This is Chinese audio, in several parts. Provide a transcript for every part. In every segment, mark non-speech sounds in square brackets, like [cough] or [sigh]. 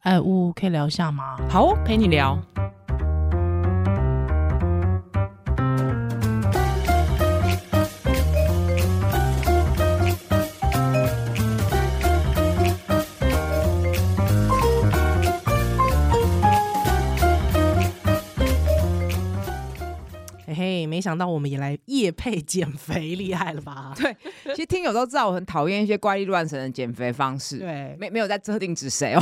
哎，呜，可以聊一下吗？好哦，陪你聊。嘿嘿，没想到我们也来夜配减肥，厉害了 [laughs] 吧？ [laughs] 其实听友都知道我很讨厌一些怪力乱神的减肥方式，对，没没有在特定 [laughs] 指谁哦，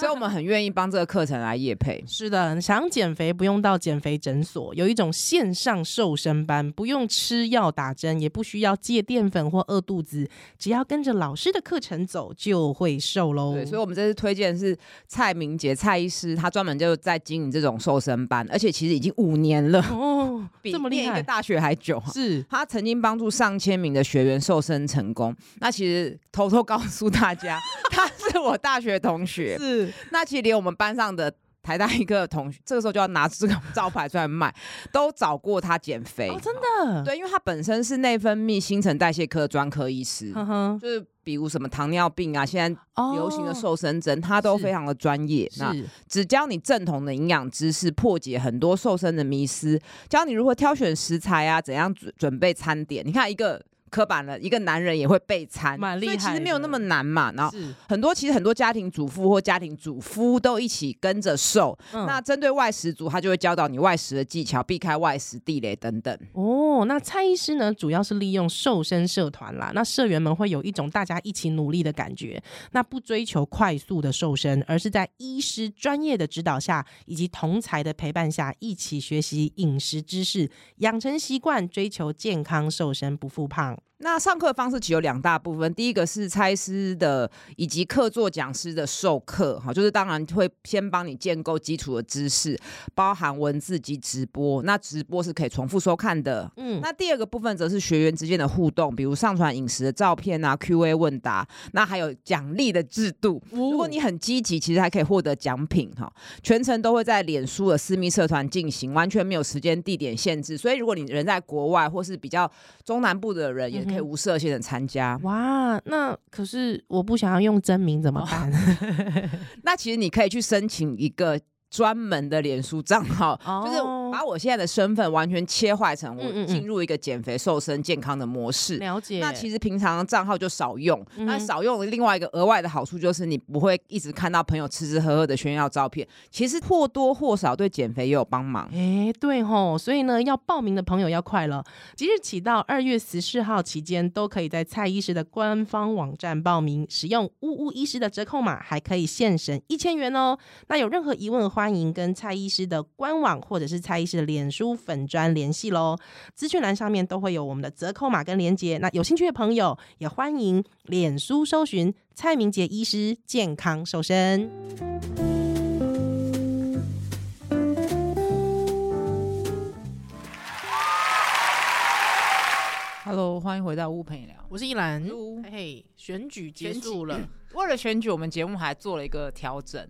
所以我们很愿意帮这个课程来业配。是的，想减肥不用到减肥诊所，有一种线上瘦身班，不用吃药打针，也不需要戒淀粉或饿肚子，只要跟着老师的课程走就会瘦喽。对，所以我们这次推荐的是蔡明杰蔡医师，他专门就在经营这种瘦身班，而且其实已经五年了，哦， [laughs] 比这么厉念一个害，大学还久啊。是他曾经帮助上千名的学员瘦身成功。那其实偷偷告诉大家， [laughs] 他是我大学同学。是，那其实连我们班上的台大一个同学，这个时候就要拿这个 [laughs] 招牌出来卖，都找过他减肥。嗯哦，真的，，对，因为他本身是内分泌新陈代谢科的专科医师，呵呵，就是比如什么糖尿病啊，现在哦流行的瘦身针，他都是非常的专业。那是只教你正统的营养知识，破解很多瘦身的迷思，教你如何挑选食材啊，怎样准准备餐点。你看一个刻板了，一个男人也会备餐，蛮厉所以其害实没有的那么难嘛。然后是，很多其实很多家庭主妇或家庭主夫都一起跟着瘦。嗯那针对外食族，他就会教导你外食的技巧，避开外食地雷等等。哦，那蔡医师呢，主要是利用瘦身社团啦，那社员们会有一种大家一起努力的感觉，那不追求快速的瘦身，而是在医师专业的指导下，以及同才的陪伴下，一起学习饮食知识，养成习惯，追求健康瘦身，不复胖。那上课方式其实有两大部分，第一个是差师的以及客座讲师的授课，哈，就是当然会先帮你建构基础的知识，包含文字及直播。那直播是可以重复收看的。嗯，那第二个部分则是学员之间的互动，比如上传饮食的照片啊、Q&A 问答，那还有奖励的制度。如如果你很积极，其实还可以获得奖品哈。全程都会在脸书的私密社团进行，完全没有时间地点限制。所以如果你人在国外或是比较中南部的人，也可以嗯哼无设限的参加。哇，那可是我不想要用真名怎么办？那其实你可以去申请一个。专门的脸书账号哦就是把我现在的身份完全切换嗯成我嗯嗯进入一个减肥、瘦身、健康的模式。 [laughs] 了解，那其实实平常账号就少用，嗯那少用的另外一个额外的好处就是你不会一直看到朋友吃吃喝喝的炫耀照片，其实或多或少对减肥也有帮忙。哎，对吼，所以呢，要报名的朋友要快了，即日起到二月十四号期间，都可以在蔡医师的官方网站报名，使用“呜呜医师”的折扣码，还可以现省一千元哦。那有任何疑问，欢迎跟蔡医师的官网或者是蔡医师的脸书粉专联系喽。资讯栏上面都会有我们的折扣码跟链接，那有兴趣的朋友也欢迎脸书搜寻蔡明杰医师健康瘦身。 Hello，欢迎回到乌陪你聊。我是依兰，呜嘿嘿，选举结束了。 [laughs] 为了选举，我们节目还做了一个调 [laughs] 整，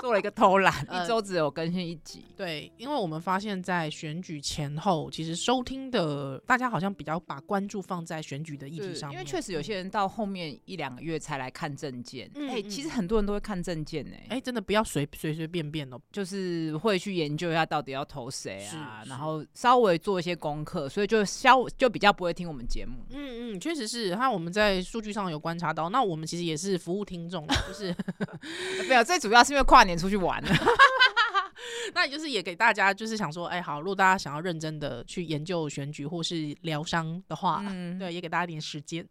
做了一个偷懒，呃嗯一周只有更新一集。对，因为我们发现，在选举前后，其实收听的大家好像比较把关注放在选举的议题上因面，为确实有些人到后面一两个月才来看证件，哎、嗯嗯其实很多人都会看证件呢、哎、真的不要随随随便便哦。就是会去研究一下到底要投谁啊是，是然后稍微做一些功课，所以就稍就比较不会听我们节目。嗯嗯，确实是。那我们在数据上有观察到，那我们其实也是服务听众啦，就是 [laughs] [laughs] 没有，最主要是因为跨年出去玩了，那也就是也给大家就是想说，哎、好，如果大家想要认真的去研究选举或是疗伤的话，嗯，对，也给大家一点时间。 [laughs]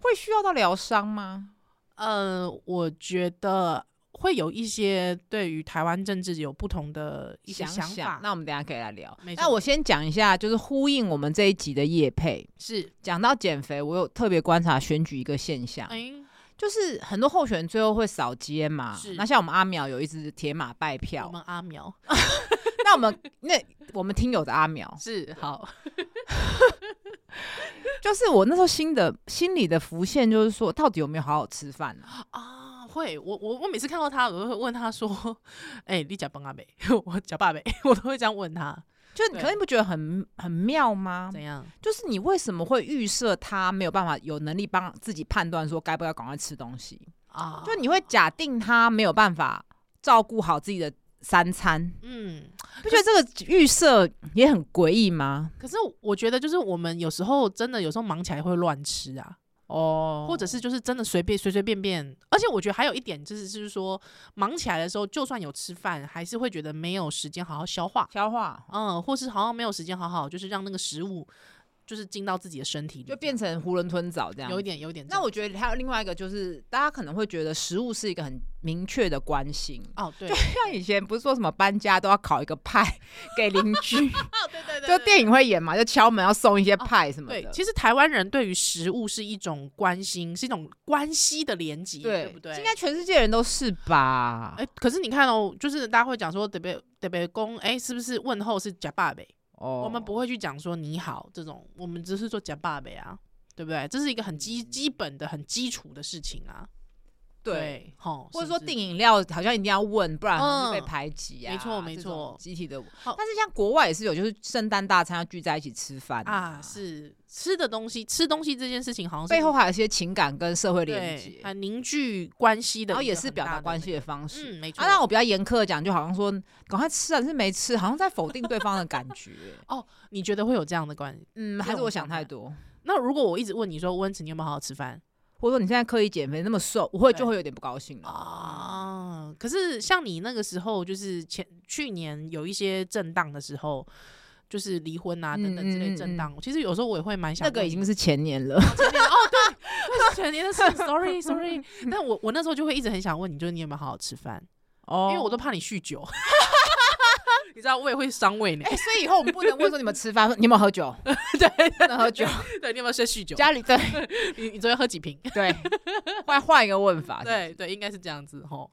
会需要到疗伤吗？呃，我觉得会有一些对于台湾政治有不同的一些想想法，那我们等一下可以来聊没。错那我先讲一下，就是呼应我们这一集的叶配。是讲到减肥，我有特别观察选举一个现象，哎、就是很多候选人最后会扫街嘛是。那像我们阿苗有一只铁马拜我票，们阿苗那我们那我们听友的阿苗，是好。就是我那时候心的心里的浮现，就是说到底有没有好好吃饭啊、啊，会，我我我每次看到他，我都会问他说：“ [laughs] 哎、你假崩阿北， [laughs] 我假爸北，我都会这样问他，就是你对可能你不觉得很很妙嗯吗？怎样？就是你为什么会预设他没有办法有能力帮自己判断说该不该赶快吃东西？啊，就你会假定他没有办法照顾好自己的三餐，嗯，不觉得这个预设也很诡异吗？可是我觉得就是我们有时候真的有时候忙起来会乱吃啊，哦，或者是就是真的随便随随便便，而且我觉得还有一点就是就是说忙起来的时候，就算有吃饭，还是会觉得没有时间好好消化，消化嗯，或是好像没有时间好好就是让那个食物就是进到自己的身体里，就变成囫囵吞枣这样。有一点有一点这那样。我觉得还有另外一个就是，大家可能会觉得食物是一个很明确的关心。哦对，像以前不是说什么搬家都要烤一个派给邻 [laughs] 居， [laughs] 对对就电影会演嘛，就敲门要送一些派什么的。哦对，其实台湾人对于食物是一种关心，是一种关系的连结，对不对？应该全世界人都是吧？哎、可是你看哦，就是大家会讲说得北得北公，哎、是不是问候是假爸呗？哦我们不会去讲说你好这种，我们只是说假爸呗啊，对不对？这是一个很基基本的、很基础的事情啊。嗯对，，吼，或者说订影，饮料好像一定要问，不然好像是嗯被排挤啊。没错这没错种集体的。好但是像国外也是有，就是圣诞大餐要聚在一起吃饭啊，是吃的东西，吃东西这件事情好像是背后还有一些情感跟社会连对接，啊凝聚关系的，然后也是表达关。系的方式。嗯，没错。啊，让我比较严苛的讲，就好像说赶快吃啊，你是没吃，好像在否定对方的感觉。你觉得会有这样的关系？嗯，还是我想太多，那如果我一直问你说温子，你有没有好好吃饭或者说你现在刻意减肥那么瘦，我会对就会有点不高兴了。啊？可是像你那个时候，就是前去年有一些震荡的时候，就是离婚啊嗯等等之类嗯嗯震荡，其实有时候我也会蛮想那个已问经你 [laughs] 是前年了，那是全年的 [laughs] 事，sorry sorry。但我我那时候就会一直很想问你，就是你有没有好好吃饭？哦因为我都怕你酗 [laughs] 酒。你知道我也会伤胃呢哎、，所以以后我们不能问说你们吃饭，你有没有喝酒？ [laughs] 对，不能喝 [laughs] 酒。对，你有没有在酗酒？家里对你你昨天喝几瓶？ [laughs] 对，换换一个问 [laughs] 法，对对，应该是这样子吼。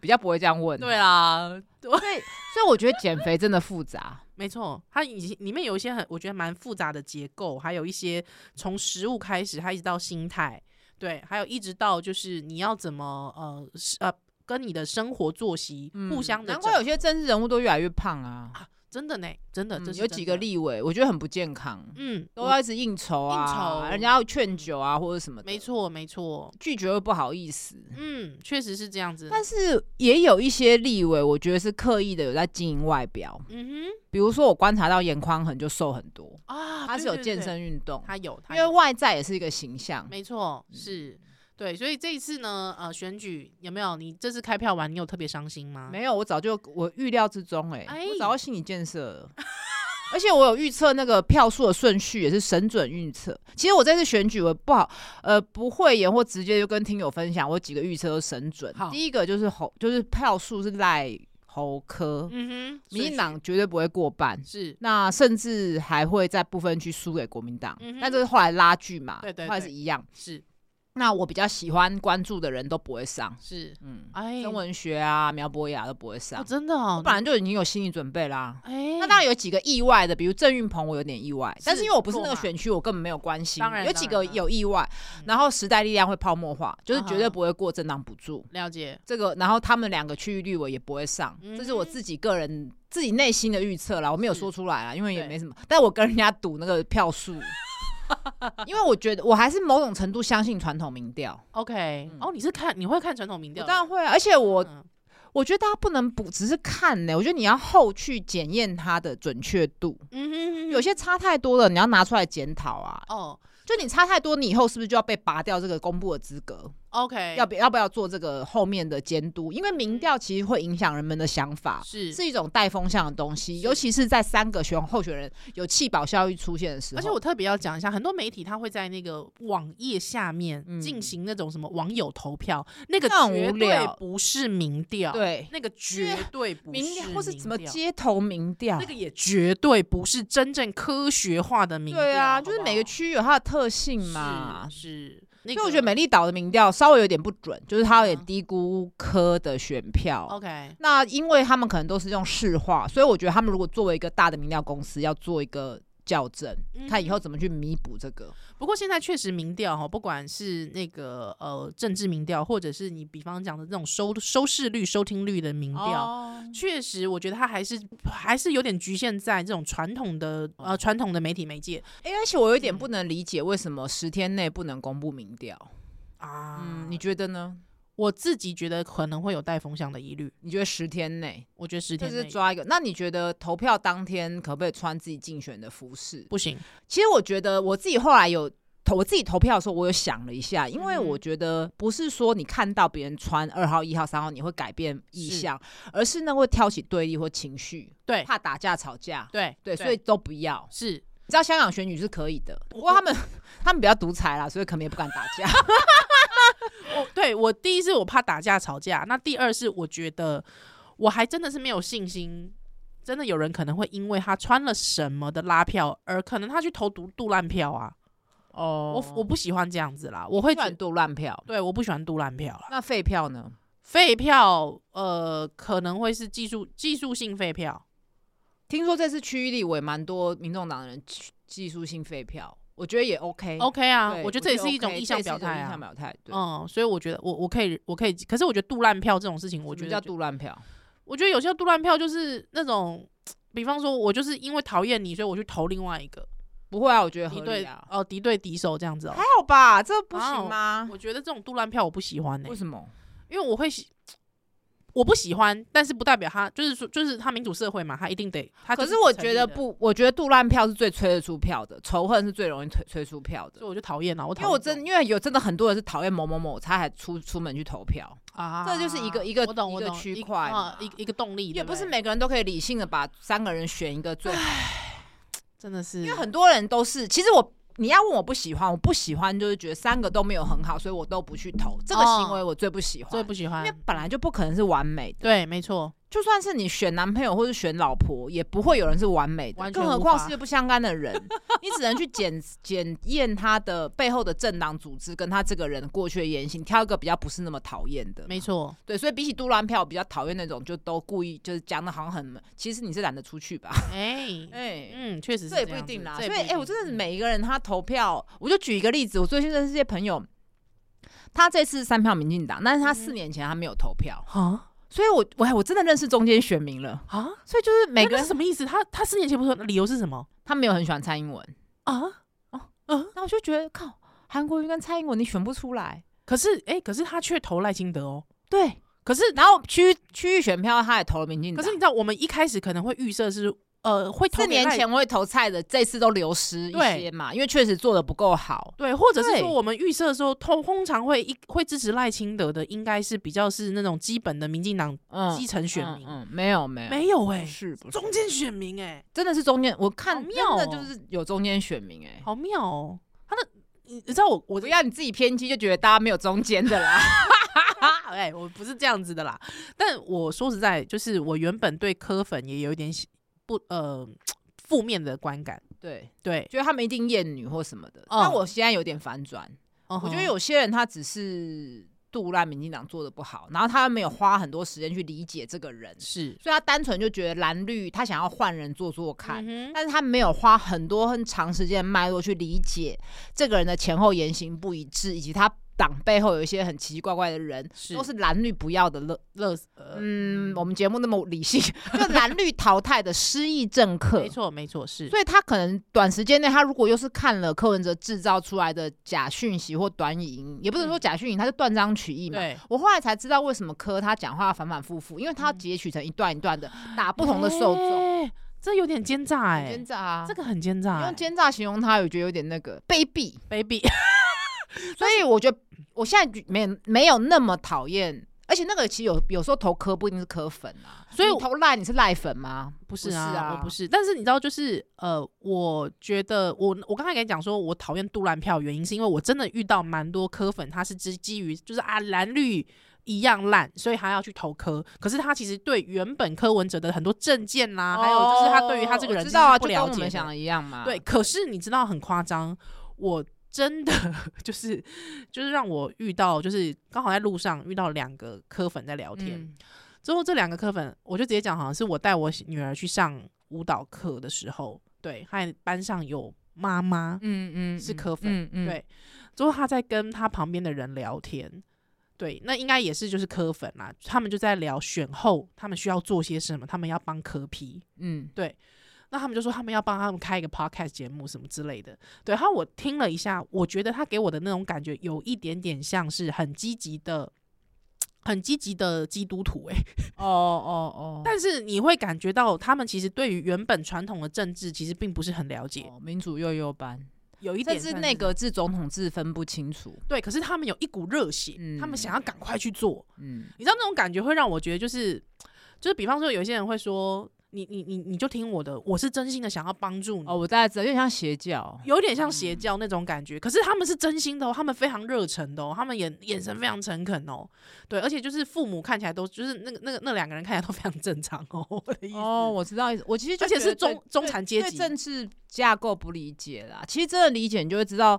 比较不会这样问。对，啦，我所以所以我觉得减肥真的复杂。 [laughs] 没错，它已经里面有一些很我觉得蛮复杂的结构，还有一些从食物开始，它一直到心态，对，还有一直到就是你要怎么呃是呃跟你的生活作息互相的嗯难整、怪有些政治人物都越来越胖啊。真的呢，真的，嗯这是有真几个的，立委，我觉得很不健康，嗯，都要一直应酬啊，应酬人家要劝酒啊或者什么的，没，错没错，拒绝又不好意思。嗯，确实是这样子，但是也有一些立委，我觉得是刻意的有在经营外表，嗯比如说我观察到严宽恒就瘦很多，哼啊，他是对有对健对身运动，他有，他因为嗯有外在也是一个形象。没错，是对，所以这一次呢，呃，选举有没有？你这次开票完，你有特别伤心吗？没有，我早就我预料之中、欸，哎我早就心理建设了。 [laughs] 而且我有预测那个票数的顺序，也是神准预测。其实我这次选举我不好，呃，不会言或直接就跟听友分享，我有几个预测都神准好。第一个就是侯，就是票数是赖侯科，嗯哼，民所以进党绝对不会过半，是那甚至还会在部分区输给国民党。嗯哼但这是后来拉锯嘛，对对后来对是一样。是那我比较喜欢关注的人都不会上，是，嗯，哎，曾文学啊、苗博雅都不会上哦，。真的哦我，本来就已经有心理准备啦。哎，那当然有几个意外的，比如郑运鹏，我有点意外，是但是因为我不是那落个马选区，我根本没有关心。当然有几当个然嗯有意外，然后时代力量会泡沫化，就是啊哈绝对不会过政党补助。了解，这个，然后他们两个区域率我也不会上，嗯这是我自己个人自己内心的预测啦，我没有是说出来啦，因为也嗯对没什么。但我跟人家赌那个 [laughs] 票数，因为我觉得我还是某种程度相信传统民调， OK，嗯哦，你是看你会看传统民我调的，当然会啊，而且我嗯我觉得大家不能不只是看呢、我觉得你要后去检验它的准确度。嗯哼哼有些差太多了，你要拿出来检讨啊！哦就你差太多，你以后是不是就要被拔掉这个公布的资格？ ，OK，要不要不要做这个后面的监督？因为民调其实会影响人们的想法，是是一种带风向的东西，是尤其是在三个选候选人有弃保效益出现的时候。而且我特别要讲一下，很多媒体他会在那个网页下面嗯进行那种什么网友投票，那个那很绝无对聊不是民调，，对那个绝对不是 [laughs] 民调或是什么啊民调街头民调那，个也绝对不是真正科学化的民调，对啊，好不就是好每个区域有它的特性嘛。是是，那所以个我觉得美丽岛的民调稍微有点不准，就是它有嗯哦点低估科的选票。 OK 那因为他们可能都是用市话，所以我觉得他们如果作为一个大的民调公司，要做一个校正，看以后嗯怎么去弥补这个。不过现在确实民调哈，不管是那个呃政治民调，或者是你比方讲的那种收收视率、收听率的民调。哦确实，我觉得它还是还是有点局限在这种传统的呃传统的媒体媒介哎、而且我有点嗯不能理解为什么十天内不能公布民调。啊。嗯，你觉得呢？我自己觉得可能会有带风向的疑虑，你觉得十天内我觉得十就天是内抓一个？那你觉得投票当天可不可以穿自己竞选的服饰？不行，其实我觉得我自己后来有投我自己投票的时候，我有想了一下，因为嗯哼我觉得不是说你看到别人穿二号、一号、三号，你会改变意是向，而是呢会挑起对立或情绪，对怕打架吵架。对对，所以都不要。是你知道香港选举是可以的，不过他们他们比较独裁啦，所以可能也不敢打 [laughs] 架。我对我第一是我怕打架吵架，那第二是我觉得我还真的是没有信心，真的有人可能会因为他穿了什么的拉票，而可能他去投毒杜烂票啊，哦我我不喜欢这样子啦，我会会觉转度乱票，对我不喜欢杜烂票啦。那废票呢？废票，呃，可能会是技术技术性废票，听说这次区域里委蛮多民众党的人技技术性废票，我觉得也 OK。 OK 啊，对我觉得这也是一种 OK，意向这表也是一种态意向啊。表态。对，嗯，所以我觉得我我可以我可以，可是我觉得杜烂票这种事情，我我觉觉得得叫就杜乱票。我觉得有些杜乱票就是那种，比方说我就是因为讨厌你，所以我去投另外一个不会啊，我觉得敌合对理啊，哦敌对敌手这样子哦还。好吧？这不啊行吗？我觉得这种杜乱票我不喜欢呢、欸为什么？因为我会喜我不喜欢，但是不代表他就是说就是他民主社会嘛，他一定得他就可是是我成觉立得的，不，我觉得杜乱票是最催得出票的，仇恨是最容易催催出票的所以。我就讨厌了。啊我讨因为厌我这种真，因为有真的很多人是讨厌某某某，他还出出门去投票，啊这就是一个一个我懂一我个懂区一块啊嘛，一个一个动力，也对不是对每个人都可以理性的把三个人选一个最好的，真的是，因为很多人都是。其实我你要问我不喜欢，我不喜欢就是觉得三个都没有很好，所以我都不去投。这个哦行为我最不喜欢，最不喜欢因为，本来就不可能是完美的。对，没错，就算是你选男朋友或是选老婆，也不会有人是完美的，完全更何无况法是不相干的人。你只能去检 [laughs] 检验他的背后的政党组织跟他这个人过去的言行，挑一个比较不是那么讨厌的。没错，对，所以比起杜乱票，我比较讨厌那种就都故意就是讲的好像很，其实你是懒得出去吧？哎、哎、 [laughs] 嗯，确实是这也这不一样子定啦。这所也不以，哎、一定我真的嗯是每一个人他投票，我就举一个例子，我最近认识一些朋友，他这次三票民进党，但是他嗯四年前他没有投票，啊所以我我我真的认识中间选民了。啊，所以就是每那那个人是什么意思？他他四年前不是说理由是什么他没有很喜欢蔡英文，啊？那我就觉得靠，韩国瑜跟蔡英文你选不出来，可是哎、可是他却投赖清德哦，对。可是然后区域区域选票他也投了民进可党，是你知道，我们一开始可能会预设是呃会投嗯啊四给年赖前我会投蔡的，这次都流失一对些嘛，因为确实做的不够好。对，或者是对说我们预设说通通常会一会支持赖清德的，应该是比较是那种基本的民进党嗯，基层选民，嗯，嗯没有没有，没有哎、不是不是中间选民哎、真的是中间，我好看妙真的哦就是有中间选民哎、好妙哦，他的你你知道我我不要你自己偏激就觉得大家没有中间的啦。 [laughs] 哎、我不是这样子的啦。但我说实在，就是我原本对科粉也有一点喜不呃负面的观感，对，对， [laughs] 觉得他们一定厌女或什么的。嗯那、我现在有点反转，我我觉得有些人他只是杜烂民进党做的不好，然后他没有花很多时间去理解这个人，是所以他单纯就觉得蓝绿他想要换人做做看。嗯哼但是他没有花很多很长时间的脉络去理解这个人的前后言行不一致，以及他党背后有一些很奇奇怪怪的人，是都是蓝绿不要的乐乐死呃嗯，我们节目那么理性， [laughs] 就蓝绿淘汰的失意政客没。错没错是所以他可能短时间内，他如果又是看了柯文哲制造出来的假讯息或短语音，也不能说假讯息，他是断章取义嘛。嗯对我后来才知道为什么柯他讲话反反复复，因为他要嗯啊截取成一段一段的，打不同的受众。哎这有点奸诈哎、奸诈啊，这个很奸诈、用欸、奸诈形容他，我觉得有点那个卑鄙。 ，baby [laughs] 所以我觉得我现在没没有那么讨厌，而且那个其实有有时候投柯不一定是柯粉啊，所以你我投赖你是赖粉吗？不是不是啊，啊我不是。但是你知道，就是呃，我觉得我我刚才跟你讲说，我讨厌杜兰票，原因是因为我真的遇到蛮多科粉，他是基基于就是啊蓝绿一样烂，所以他要去投科。可是他其实对原本柯文哲的很多政见啦、还有就是他对于他这个我人知道啊，其就实跟是不了我解们的想的一样嘛。对，，可是你知道很夸张，我真的 [laughs] 就是就是让我遇到，就是刚好在路上遇到两个科粉在聊天。嗯之后这两个科粉，我就直接讲，好像是我带我女儿去上舞蹈课的时候，对，和班上有妈妈，嗯嗯是柯粉嗯嗯，对，之后她在跟她旁边的人聊天，对，那应该也是就是科粉啦，他们就在聊选后他们需要做些什么，他们要帮科批， [laughs] 嗯，那他们就说他们要帮他们开一个 podcast 节目什么之类的。对，然后我听了一下，我觉得他给我的那种感觉有一点点像是很积极的很积极的基督徒、欸，哎，哦哦但是你会感觉到他们其实对于原本传统的政治其实并不是很了解，哦，民主幼幼班，有一甚点至算内阁制、总统制分不清楚。对，可是他们有一股热血，嗯他们想要赶快去做，嗯，你知道那种感觉会让我觉得就是就是，比方说有一些人会说你你你你就听我的，我是真心的想要帮助你。哦，我嗯大概知道，有点像邪教。有点像邪教那种感觉，可是他们是真心的哦，他们非常热忱的哦，他们眼眼神非常诚恳哦，对，而且就是父母看起来都就是那个那个那两个人看起来都非常正常哦，我的意思哦，我知道，我其实就而且觉得是中对中产阶对级政治架构不理解啦。其实真的理解，你就会知道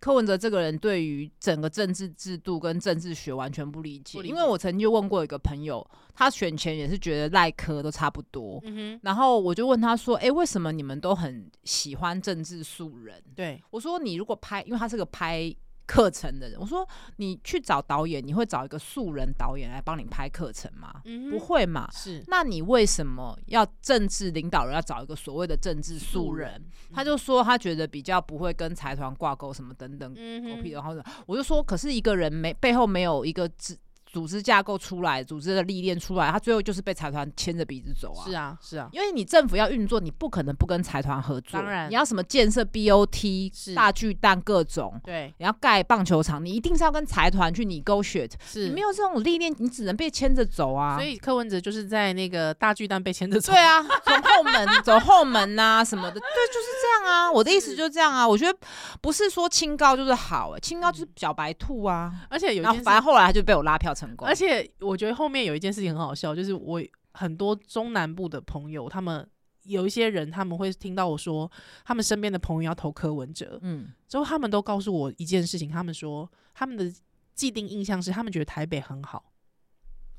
柯文哲这个人对于整个政治制度跟政治学完全不理解。不理解因为我曾经就问过一个朋友，他选前也是觉得赖科都差不多。嗯然后我就问他说：“诶，为什么你们都很喜欢政治素人？”哼，对，我说你如果拍，因为他是个拍课程的人，我说你去找导演，你会找一个素人导演来帮你拍课程吗？嗯不会嘛。是那你为什么要政治领导人要找一个所谓的政治素人？，嗯他就说他觉得比较不会跟财团挂钩什么等等嗯狗哼屁的，然后我就说，可是一个人没背后没有一个组组织架构出来，组织的历练出来，他最后就是被财团牵着鼻子走啊。是啊是啊，因为你政府要运作，你不可能不跟财团合作。当然你要什么建设是 BOT、大巨蛋各种，对，你要盖棒球场，你一定是要跟财团去 negotiate。是你没有这种历练，你只能被牵着走啊。所以柯文哲就是在那个大巨蛋被牵着走，对，啊，从后 [laughs] 门走后门呐、什么的，对，就是这样啊。我的意思就是这样啊。我觉得不是说清高就是好、欸，清高就是小白兔啊。而且有一然后件反事，正后来他就被我拉票成功，而且我觉得后面有一件事情很好笑，就是我很多中南部的朋友，他们有一些人他们会听到我说，他们身边的朋友要投柯文哲，嗯，之后他们都告诉我一件事情，他们说他们的既定印象是他们觉得台北很好，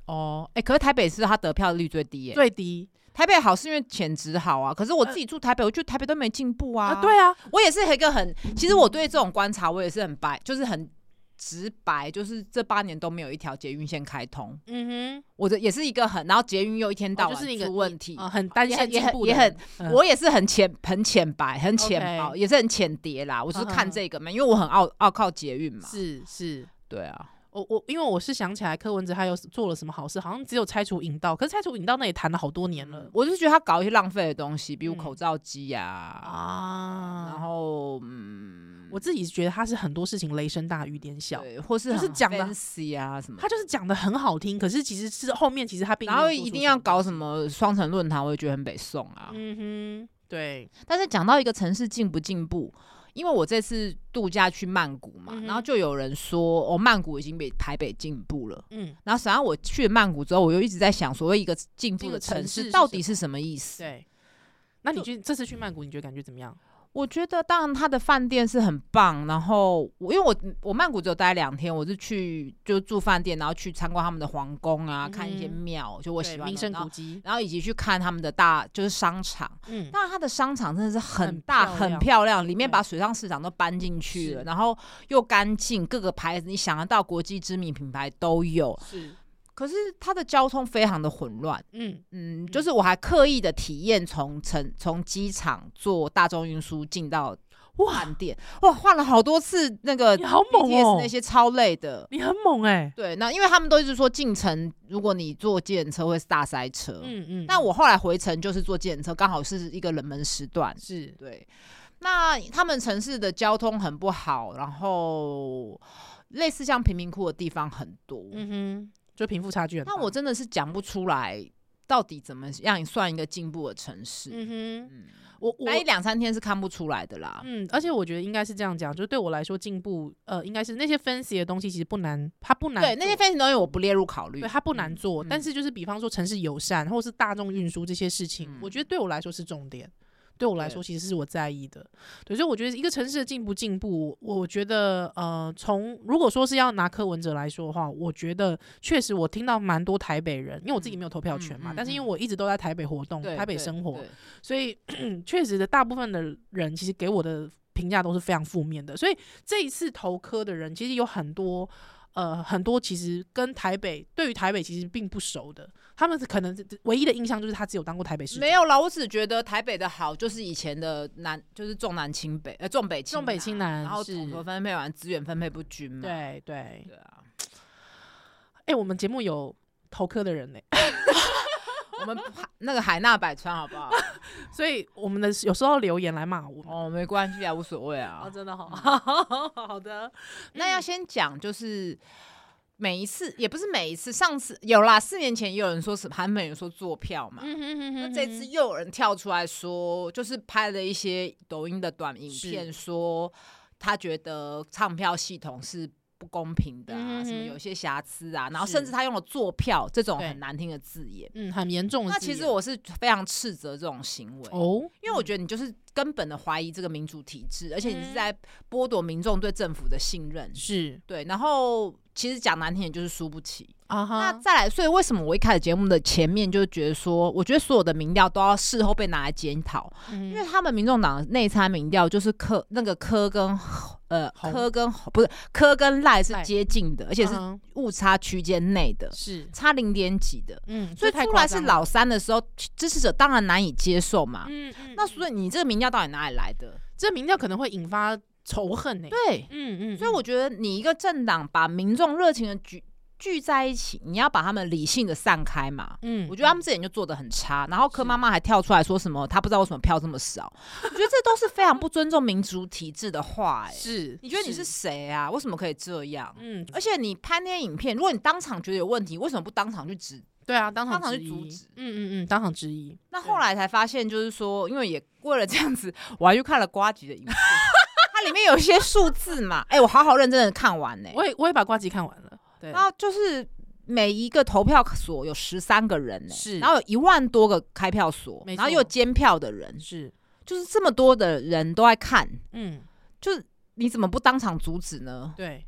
哦，哎、可是台北市他得票率最低、欸，最低台北好是因为潜质好啊，可是我自己住台北，我觉得台北都没进步啊。啊，对啊，我也是一个很，其实我对这种观察，我也是很白，就是很直白，就是这八年都没有一条捷运线开通，嗯哼，我的也是一个很，然后捷运又哦一天到晚就是那个出问题。啊，很担也心很也进很步的也很人，嗯我也是很浅很浅白，很浅 OK 薄也是很浅碟啦。我是嗯嗯看嗯这个嘛，因为我很傲傲靠捷运嘛。是是。对啊，我我因为我是想起来柯文哲他有做了什么好事，好像只有拆除引道，可是拆除引道那也谈了好多年了我就觉得他搞一些浪费的东西，比如嗯口罩机啊，啊。然后嗯，我自己觉得他是很多事情雷声大雨点小，对，或是就是很讲得 fancy 啊什么的，他就是讲的很好听，可是其实是后面其实他并没然有后做出一定要什么搞什么双城论坛，我也觉得很北宋啊。嗯哼，对，但是讲到一个城市进不进步，因为我这次度假去曼谷嘛，嗯哼然后就有人说哦，曼谷已经比台北进步了。嗯，然后实际上我去了曼谷之后，我又一直在想，所谓一个进步这个的城城市市是到底是什么意思？对。那你就去这次去曼谷，你觉得感觉怎么样？我觉得当然它的饭店是很棒，然后我因为我我曼谷只有待两天，我是去就住饭店，然后去参观他们的皇宫啊，嗯哼看一些庙，就我对喜欢啊名胜的，然古后迹， [laughs] 然后以及去看他们的大就是商场。嗯， [laughs] 那它的商场真的是很很大、漂很漂亮亮，里面对把水上市场都搬进去了，是然后又干净，各个牌子你想得到国际知名品牌都有。是，可是它的交通非常的混乱，嗯嗯，就是我还刻意的体验从城从机场坐大众运输进到哇，饭店，哇，换了好多次那个你好猛 BTS 哦那，些超累的。你很猛哎，对，那因为他们都一直说进城，如果你坐计程车会是大塞车。嗯嗯，那我后来回程就是坐计程车，刚好是一个冷门时段，是对，那他们城市的交通很不好，然后类似像贫民窟的地方很多。嗯哼，就贫富差距很大，那我真的是讲不出来，到底怎么样算一个进步的城市？嗯嗯哼，我我待一两三天是看不出来的啦。嗯，而且我觉得应该是这样讲，就对我来说进步，呃，应该是那些 fancy 的东西其实不难，它不难做，对，那些飞行东西我不列入考虑对。它不难做，嗯但是就是比方说城市友善或是大众运输这些事情，嗯我觉得对我来说是重点。对我来说，其实是我在意的。对，所以我觉得一个城市的进不进步，我觉得呃，从如果说是要拿柯文哲来说的话，我觉得确实我听到蛮多台北人，因为我自己没有投票权嘛，嗯嗯但是因为嗯我一直都在台北活动、对台北对生活，对所以 [clears throat] 确实的，大部分的人其实给我的评价都是非常负面的。所以这一次投科的人，其实有很多，呃，很多其实跟台北对于台北其实并不熟的，他们可能唯一的印象就是他只有当过台北市长没有啦，我只觉得台北的好就是以前的南，就是重南轻北，呃，重北轻重北轻南然后是统合分配完资源分配不均嘛。对对，对啊，哎，我们节目有投科的人呢， [laughs] 我们不那个海纳百川好不 [laughs] 好？所以我们的有时候留言来骂我们。哦，没关系啊，无所谓哦，嗯啊。真 [laughs] 的好，好的，那要先讲就是。每一次也不是每一次，上次有啦，四年前也有人说什么，韩美有说做票嘛，嗯哼哼那哼这次又有人跳出来说，就是拍了一些抖音的短影片，说他觉得唱票系统是不公平的嗯哼啊，哼什么有一些瑕疵啊，然后是甚至他用了“坐票”这种对很难听的字眼。嗯很严重的那字眼。其实我是非常斥责这种行为，哦，因为我觉得你就是根本的怀疑这个民主体制，而且嗯你是在剥夺民众对政府的信任。是对，然后其实讲难听点就是输不起。啊哈，那再来，所以为什么我一开始节目的前面就觉得说，我觉得所有的民调都要事后被拿来检讨，因因为他们民众党的内参民调就是科那个科跟呃红科跟不是科跟赖是赖嗯接近的，而啊且是误差区间内的，是差零点几的，嗯，所以这太出夸来是张了，老三的时候，支持者当然难以接受嘛。嗯嗯，那所以你这个民调到底哪里来的？这民调可能会引发仇恨呢。对，嗯嗯，所以我觉得你一个政党把民众热情的聚聚在一起，你要把他们理性的散开嘛。嗯，我觉得他们这点就做的很差。然后柯妈妈还跳出来说什么，她不知道为什么票这么少。我觉得这都是非常不尊重民族体制的话、哎，是，你觉得你是谁啊？为什么可以这样？嗯，而且你拍那些影片，如果你当场觉得有问题，为什么不当场去指？对啊，当场当场质去阻疑止嗯嗯嗯，当场质疑，那对后来才发现，就是说，因为也为了这样子，我还去看了瓜吉的 [laughs] 影片，它里面有一些数字嘛，哎、我好好认真的看完呢、我也我也把瓜集看完了，对，然后就是每一个投票所有十三个人、呢，是然后有一万多个开票所，没然后错又有监票的人，是，就是这么多的人都在看，嗯，就是你怎么不当场阻止呢？对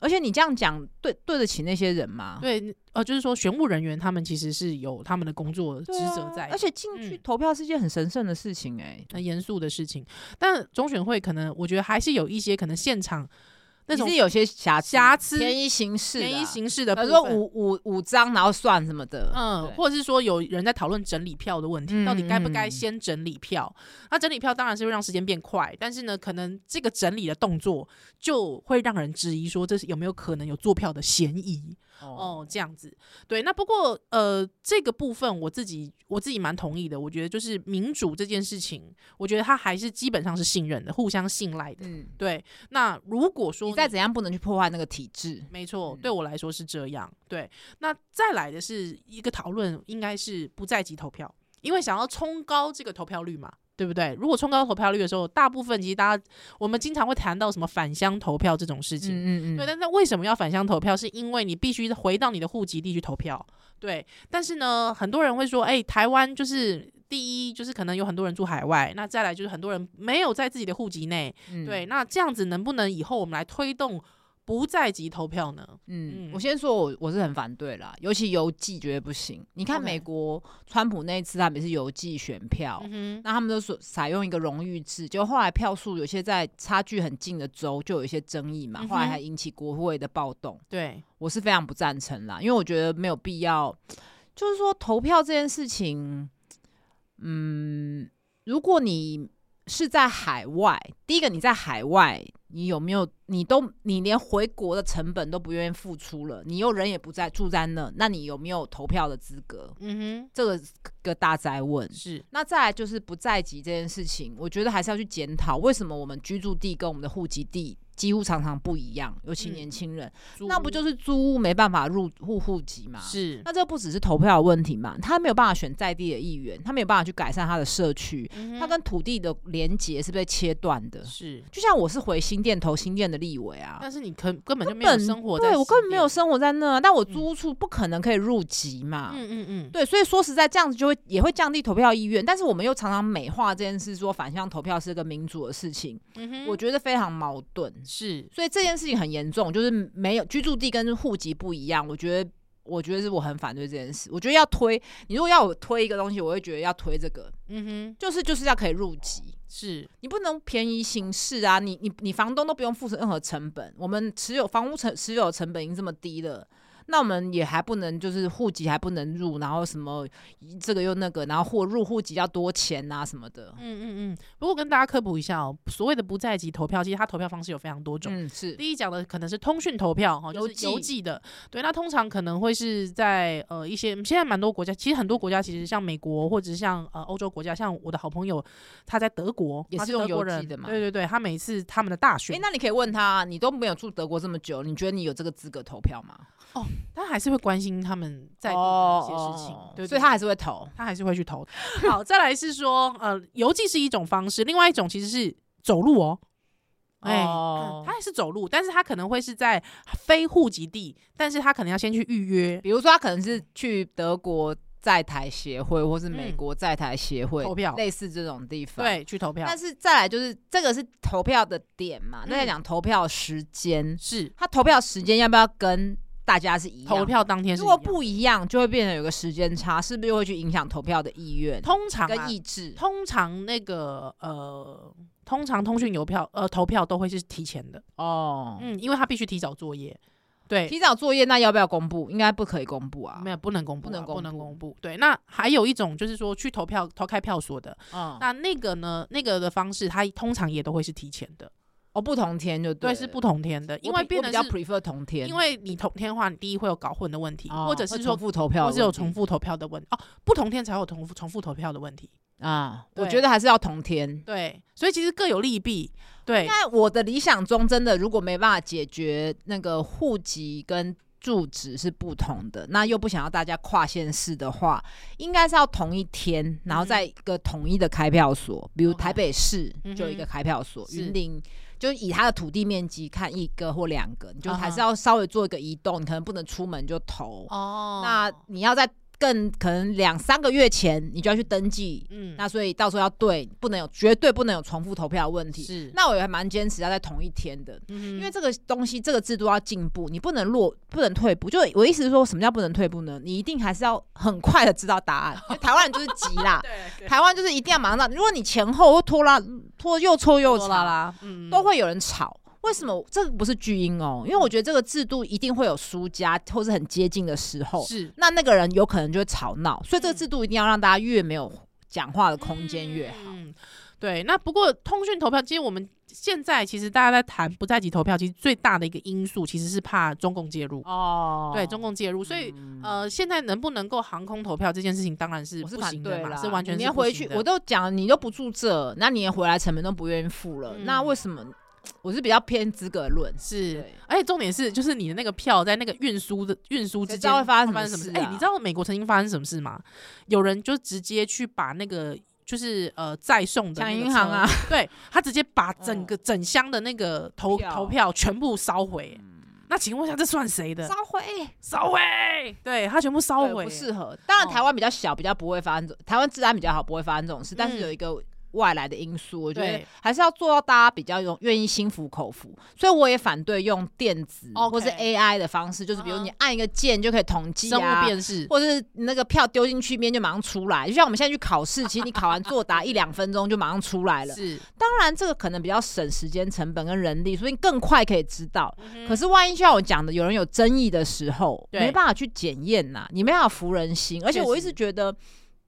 而且你这样讲，对对得起那些人吗？对，呃，就是说选务人员他们其实是有他们的工作职对啊责在而的。且进去嗯投票是件很神圣的事情、哎、很严肃的事情，但中选会可能，我觉得还是有一些可能现场那种你是有些瑕疵瑕疵便宜行事、啊，便宜，形式的比部如分，说五五五张，然后算什么的，嗯，对或者是说有人在讨论整理票的问题，嗯到底该不该嗯先整理票？那整理票当然是会让时间变快，但是呢，可能这个整理的动作就会让人质疑说，这是有没有可能有做票的嫌疑？哦，哦，这样子，对。那不过呃，这个部分我自己我自己蛮同意的，我觉得就是民主这件事情，我觉得它还是基本上是信任的，互相信赖的。嗯，对，那如果说你再你怎样不能去破坏那个体制，没错，嗯对我来说是这样。对，那再来的是一个讨论，应该是不在籍投票，因为想要冲高这个投票率嘛，对不对？如果冲高投票率的时候，大部分其实大家我们经常会谈到什么返乡投票这种事情。嗯对，但是为什么要返乡投票？是因为你必须回到你的户籍地去投票。对，但是呢，很多人会说，哎、台湾就是第一，就是可能有很多人住海外，那再来就是很多人没有在自己的户籍内，嗯对，，那这样子能不能以后我们来推动不在籍投票呢？嗯嗯，我先说我我是很反对啦，尤其邮寄绝对不行。你看 OK 美国川普那一次，他们也是邮寄选票，嗯那他们都所采用一个荣誉制，就后来票数有些在差距很近的州就有一些争议嘛，嗯哼后来还引起国会的暴动。对，我是非常不赞成啦，因为我觉得没有必要，就是说投票这件事情，嗯，如果你是在海外，第一个你在海外，你有没有你都你连回国的成本都不愿意付出了，你又人也不在住在那，那你有没有投票的资格？嗯这个个大灾问哼，。是那再来就是不在籍这件事情，我觉得还是要去检讨，为什么我们居住地跟我们的户籍地几乎常常不一样，尤其嗯年轻人。租啊那不就是租屋没办法入户户籍吗？。是那这不只是投票的问题嘛？他没有办法选在地的议员，他没有办法去改善他的社区，嗯他哼跟土地的连结是被切断的。是，就像我是回新店投新店的立委啊，但是你可根本嗯就没有本生活在，对我根本没有，生活在那啊，但我租屋处不可能可以入籍嘛。嗯嗯嗯，对，所以说实在这样子就会也会降低投票意愿，但是我们又常常美化这件事，说反向投票是个民主的事情，嗯哼我觉得非常矛盾。是所以这件事情很严重，就是没有居住地跟户籍不一样。我觉得，我觉得是我很反对这件事。我觉得要推，你如果要我推一个东西，我会觉得要推这个，嗯哼就是就是要可以入籍，是你不能便宜行事啊！你你你房东都不用付出任何成本，我们持有房屋成持有成本已经这么低了。那我们也还不能就是户籍还不能入，然后什么这个又那个，然后或入户籍要多钱啊什么的。嗯嗯嗯。不过跟大家科普一下哦，所谓的不在籍投票，其实它投票方式有非常多种。嗯，是第一讲的可能是通讯投票哈，就是邮邮寄寄的。对，那通常可能会是在呃一些现在蛮多国家，其实很多国家其实像美国或者是像呃欧洲国家，像我的好朋友他在德国，也他是是用德国邮寄人的嘛对对对，他每次他们的大哎、选，那你可以问他，你都没有住德国这么久，你觉得你有这个资格投票吗？他还是会关心他们在地的一些事情，对哦所以对他还是会投。他还是会去投。好，再来是说呃邮寄是一种方式，另外一种其实是走路哦。哎、哦嗯他还是走路，但是他可能会是在非户籍地，但是他可能要先去预约比如说，他可能是去德国在台协会，或是美嗯国在台协会、投票类似这种地方。。对，去投票。但是再来就是这个是投票的点嘛，那再嗯讲投票时间，是他投票时间要不要跟大家是一样？投票当天是如一果样不一样，就会变成有个时间差，是不是又会去影响投票的意愿通常、啊跟、意志？通常那个呃，通常通讯邮票呃投票都会是提前的，哦，嗯，因为他必须提早作业，对。提早作业那要不要公布？应该不可以公布啊。没有，不能公布啊、不能公不能布公布。对，那还有一种就是说去投票、投开票所的，嗯，那那个呢，那个的方式，它通常也都会是提前的，哦，不同天就对，了是不同天的，因我为比变我得比较是， prefer 同天，因为你同天的话，你第一会有搞混的问题，哦或者是会说重，复投票的或问题，是有重复投票的问哦，不同天才有重复重复投票的问题，啊。我对觉得还是要同天。对，所以其实各有利弊，对，那我的理想中，真的如果没办法解决那个户籍跟住址是不同的，那又不想要大家跨县市的话，应该是要同一天，嗯然后在一个统一的开票所，比如 OK 台北市嗯哼就有一个开票所，是云林。就以它的土地面积看一个或两个，你就啊哈还是要稍微做一个移动，你可能不能出门就投。哦那你要在更可能两三个月前，你就要去登记。嗯那所以到时候要对，不能有绝对不能有重复投票的问题。是嗯那我也还蛮坚持要在同一天的，因，因为这个东西这个制度要进步，你不能落不能退步。就我意思是说，什么叫不能退步呢？你一定还是要很快的知道答案。因为台湾人就是急啦 [laughs] 对台湾就是一定要马上到。如果你前后又拖拉拖又拖又长，啦，嗯都会有人吵。为什么这个不是巨婴哦？因为我觉得这个制度一定会有输家或是很接近的时候，是那那个人有可能就会吵闹，所以这个嗯制度一定要让大家越没有讲话的空间越好。嗯，对，那不过通讯投票，其实我们现在其实大家在谈不在籍投票，其实最大的一个因素其实是怕中共介入，哦对中共介入，所以。嗯呃，现在能不能够航空投票这件事情，当然是我是不反行的对嘛，啦，是完全你是要不回行去，的我都讲了你都不住这，那你也回来成本都不愿意付了，嗯那为什么？我是比较偏资格论，是对，而且重点是，就是你的那个票在那个运输的运输之谁知道间会发生什什么事？事哎、啊你知道美国曾经发生什么事吗？有人就直接去把那个就是呃再送的抢那个银行车 [laughs] 啊，嗯对他直接把整个整箱的那个投票嗯投票全部烧毁、那请问一下，这算谁的？ [laughs] 烧毁烧毁，对他全部烧对毁，不适合。当然哦台湾比较小，比较不会发生这，台湾治安比较好，不会发生这种事。但是嗯有一个外来的因素，我觉得对还是要做到大家比较用愿意心服口服。所以我也反对用电子哦 OK 或是 AI 的方式，就是比如嗯哼你按一个键就可以统计生啊物。辨 [laughs] 识，或者是那个票丢进去一边就马上出来，就像我们现在去考试，其实你考完作答一两分钟就马上出来了。是，当然，这个可能比较省时间成本跟人力，所以更快可以知道。可是是万一像我讲的，有人有争议的时候，嗯对没办法去检验呐，你没办法服人心。而且确实我一直觉得，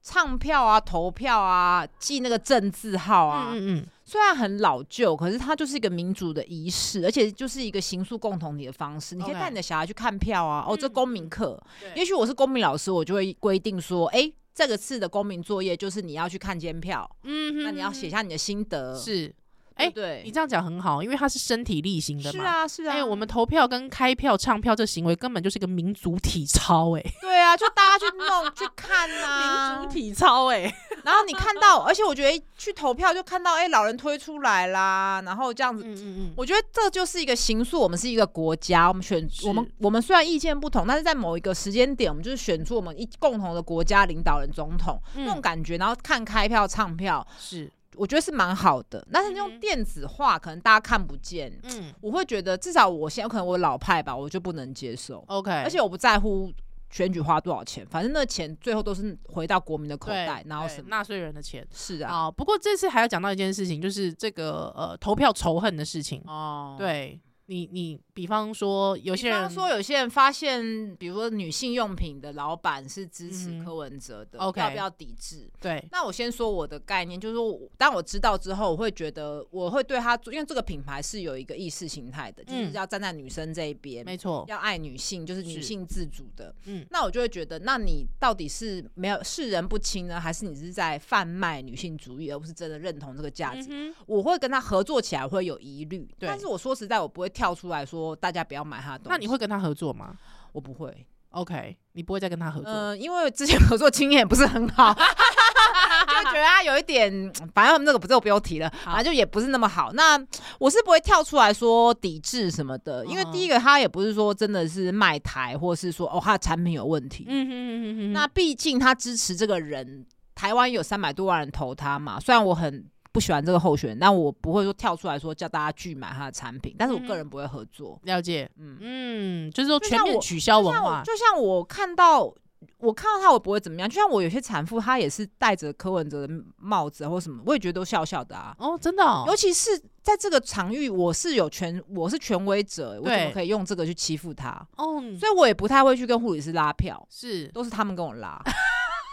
唱票啊、投票啊、记那个政字号啊，嗯嗯虽然很老旧，可是它就是一个民主的仪式，而且就是一个行诉共同体的方式。你可以 OK 带你的小孩去看票啊，哦，这嗯公民课对，也许我是公民老师，我就会规定说，哎、这个次的公民作业就是你要去看监票，嗯嗯，那你要写下你的心得，是。对哎不对，你这样讲很好，因为它是身体力行的嘛。是啊是啊，哎、我们投票跟开票、唱票这行为根本就是一个民族体操、对啊，就大家去弄去看哎、啊，民族 [laughs] 体操、哎，然后你看到，而且我觉得去投票就看到，哎、老人推出来啦，然后这样子嗯嗯嗯，我觉得这就是一个形塑，我们是一个国家，我们选是我们我们虽然意见不同，但是在某一个时间点，我们就是选出我们一共同的国家领导人总统、那种感觉，然后看开票唱票，嗯是，我觉得是蛮好的。但是嗯用哼电子化，可能大家看不见，嗯我会觉得至少我现在可能我老派吧，我就不能接受， ，OK，而而且我不在乎。选举花多少钱？反正那钱最后都是回到国民的口袋，然后什么？纳税人的钱是啊，啊、不过这次还要讲到一件事情，就是这个呃投票仇恨的事情。哦，对你，你比方说有比些人方说，有些人发现，比如说女性用品的老板是支嗯持哼柯文哲的， OK 要不要抵制？对，那我先说我的概念，就是说我当我知道之后，我会觉得我会对他做，因为这个品牌是有一个意识形态的，就是嗯要站在女生这一边，没错，要爱女性，就是女是性自主的。嗯那我就会觉得，那你到底是没有世人不清呢，还是你是在贩卖女性主义，而不是真的认同这个价值？嗯哼我会跟他合作起来，我会有疑虑。对但是我说实在，我不会跳出来说大家不要买他的东西。那你会？跟他合作吗我不会。 ？OK，你不会再跟他合作？嗯、因为之前合作经验也不是 [laughs] 很好，就觉得他有一点，反正那个不是我不用提了，反正就也不是那么好。那我是不会跳出来说抵制什么的，因为嗯哼第一个他也不是说真的是卖台，或是说哦他的产品有问题。嗯哼嗯哼嗯哼，那毕竟他支持这个人，台湾有三百多万人投他嘛。虽然我很不喜欢这个候选人，但我不会说跳出来说叫大家去买他的产品，但是我嗯哼个人不会合作。了解，嗯，嗯，就是说就全像面我取消就文像我化，就像我看到。我看到他，我不会怎么样。就像我有些产妇，她也是戴着柯文哲的帽子啊或什么，我也觉得都笑笑的啊。哦，真的、哦，尤其是在这个场域，我是有权，我是权威者，我怎么对可以用这个去欺负他？哦，所以我也不太会去跟护理师拉票，是都是他们跟我拉， [laughs]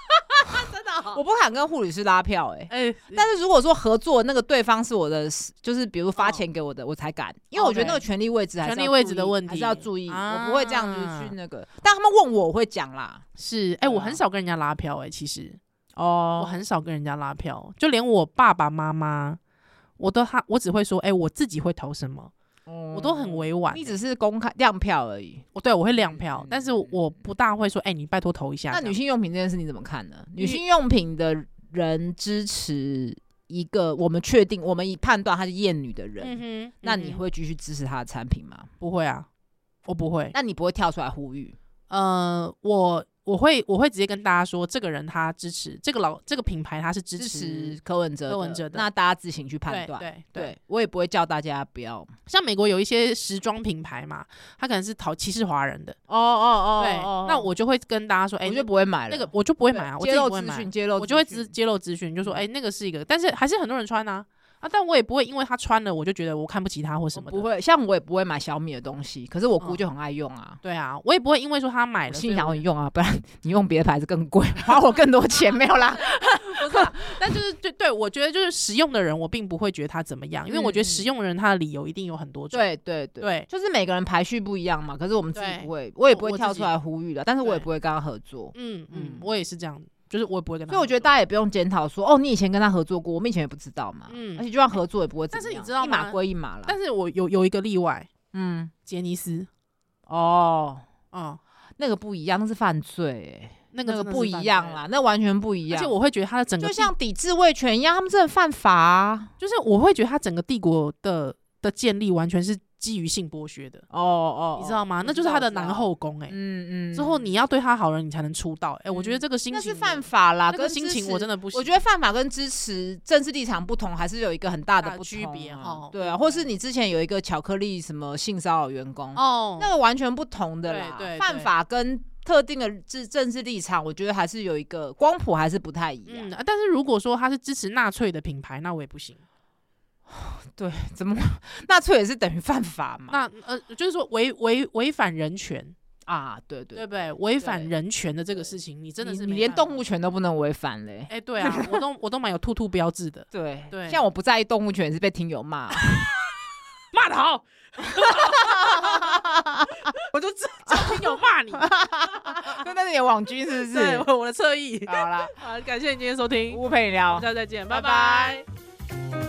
真的、哦 [laughs] 我不敢跟护理师拉票、欸。哎，哎、但是如果说合作，那个对方是我的，就是比如发哦钱给我的，我才敢，因为我觉得那个 OK 哦权力位置还是要权力位置注意的问题还是要注意，啊我不会这样子去那个。但他们问我，我会讲啦。是哎、对我啊很少跟人家拉票哎、其实我哦，很少跟人家拉票，就连我爸爸妈妈，我都他我只会说哎、我自己会投什么，我我都很委婉、你只是公开亮票而已。我对我会亮票，但是嗯嗯我不大会说哎、你拜托投一下。那女性性用品这件事你怎么看呢？女女性用品的人支持一个我们确定，我们已判断她是厌女的人，嗯哼，那嗯你哼会继续支持她的产品吗？不会啊？我不会，那你不会跳出来呼吁？呃，我我会我会直接跟大家说，这个人他支持这个老这个品牌，他是支支持持。柯文哲的，柯文哲的那大家自行去判对断。对对，对我也不会叫大家不要。哦像美国有一些时装品牌嘛，他可能是讨歧视华人的，哦哦对，那我就会跟大家说，哎、我那就不会买了。那个我就不会对买啊，我自揭己露不会资买讯，，揭露我就会资知讯揭露资讯，就说嗯哎、那个是一个，但是还是很多人穿啊啊，但我也不会因为他穿了我就觉得我看不起他或什么的，我不会，像我也不会买小米的东西，可是我姑嗯就很爱用啊。对啊，我也不会因为说他买我了，心所里以想我我用啊，不然你用别的牌子更贵，花我更多钱没有啦。但就是对对，我觉得就是实用的人，我并不会觉得他怎么样，因为我觉得实用的人他的理由一定有很多种，对对嗯对，对就是每个人排序不一样嘛。可是我们自己对不会，我也我不会我跳自出来呼吁的，但是我也对不会跟他合作。嗯嗯嗯，我也是这样，就是我也不会跟他，所以我觉得。大家也不用检讨说哦，你以前跟他合作过，我们以前也不知道嘛。嗯而且就算合作也不会怎但是么你样，知道一码吗归一码啦。但是我有有一个例外，嗯，杰尼斯，哦，嗯，那个不一样，那是犯罪、欸，那个那个真的是不一犯罪样啦，那完全不一而样。且我会觉得他的整个就帝像抵制味全一样，他们真的犯法、啊。就是我会觉得他整个帝国的的建立完全是基于性剥削的，哦哦你知道吗？我那知就是道他我的知道男后宫哎、嗯嗯之后你要对他好人，你才能出道哎、我觉得嗯这个心那情是我犯法那啦，跟个心支情持我真的不行。我觉得犯法跟支持政治立场不同，还是有一个很大的大不区同别啊哦对对啊，或是你之前有一个巧克力什么性骚扰员工，哦，那个完全不同的啦。对对犯对法跟特定的政政治立场，我觉得还是有一个光谱，还是不太一样。嗯、啊但是如果说他是支持纳粹的品牌，那我也不行。对，怎么纳粹也是等于犯法嘛？那呃，就是说违违违反人权，啊，对对对，不对？违反对人权的这个事情，你真的你是你没连办法动物 [laughs] 权都不能违反嘞、哎、对啊，我都我都蛮有兔兔标志的，对对像我不在意动物权也是被听 [laughs] 友骂，骂的好，我就知道听友骂 [laughs] 你，那那是你的网军是不 [laughs] 对是？我的侧翼。好啦，好，感谢你今天收听，我我陪你聊们。下次再见，拜拜拜拜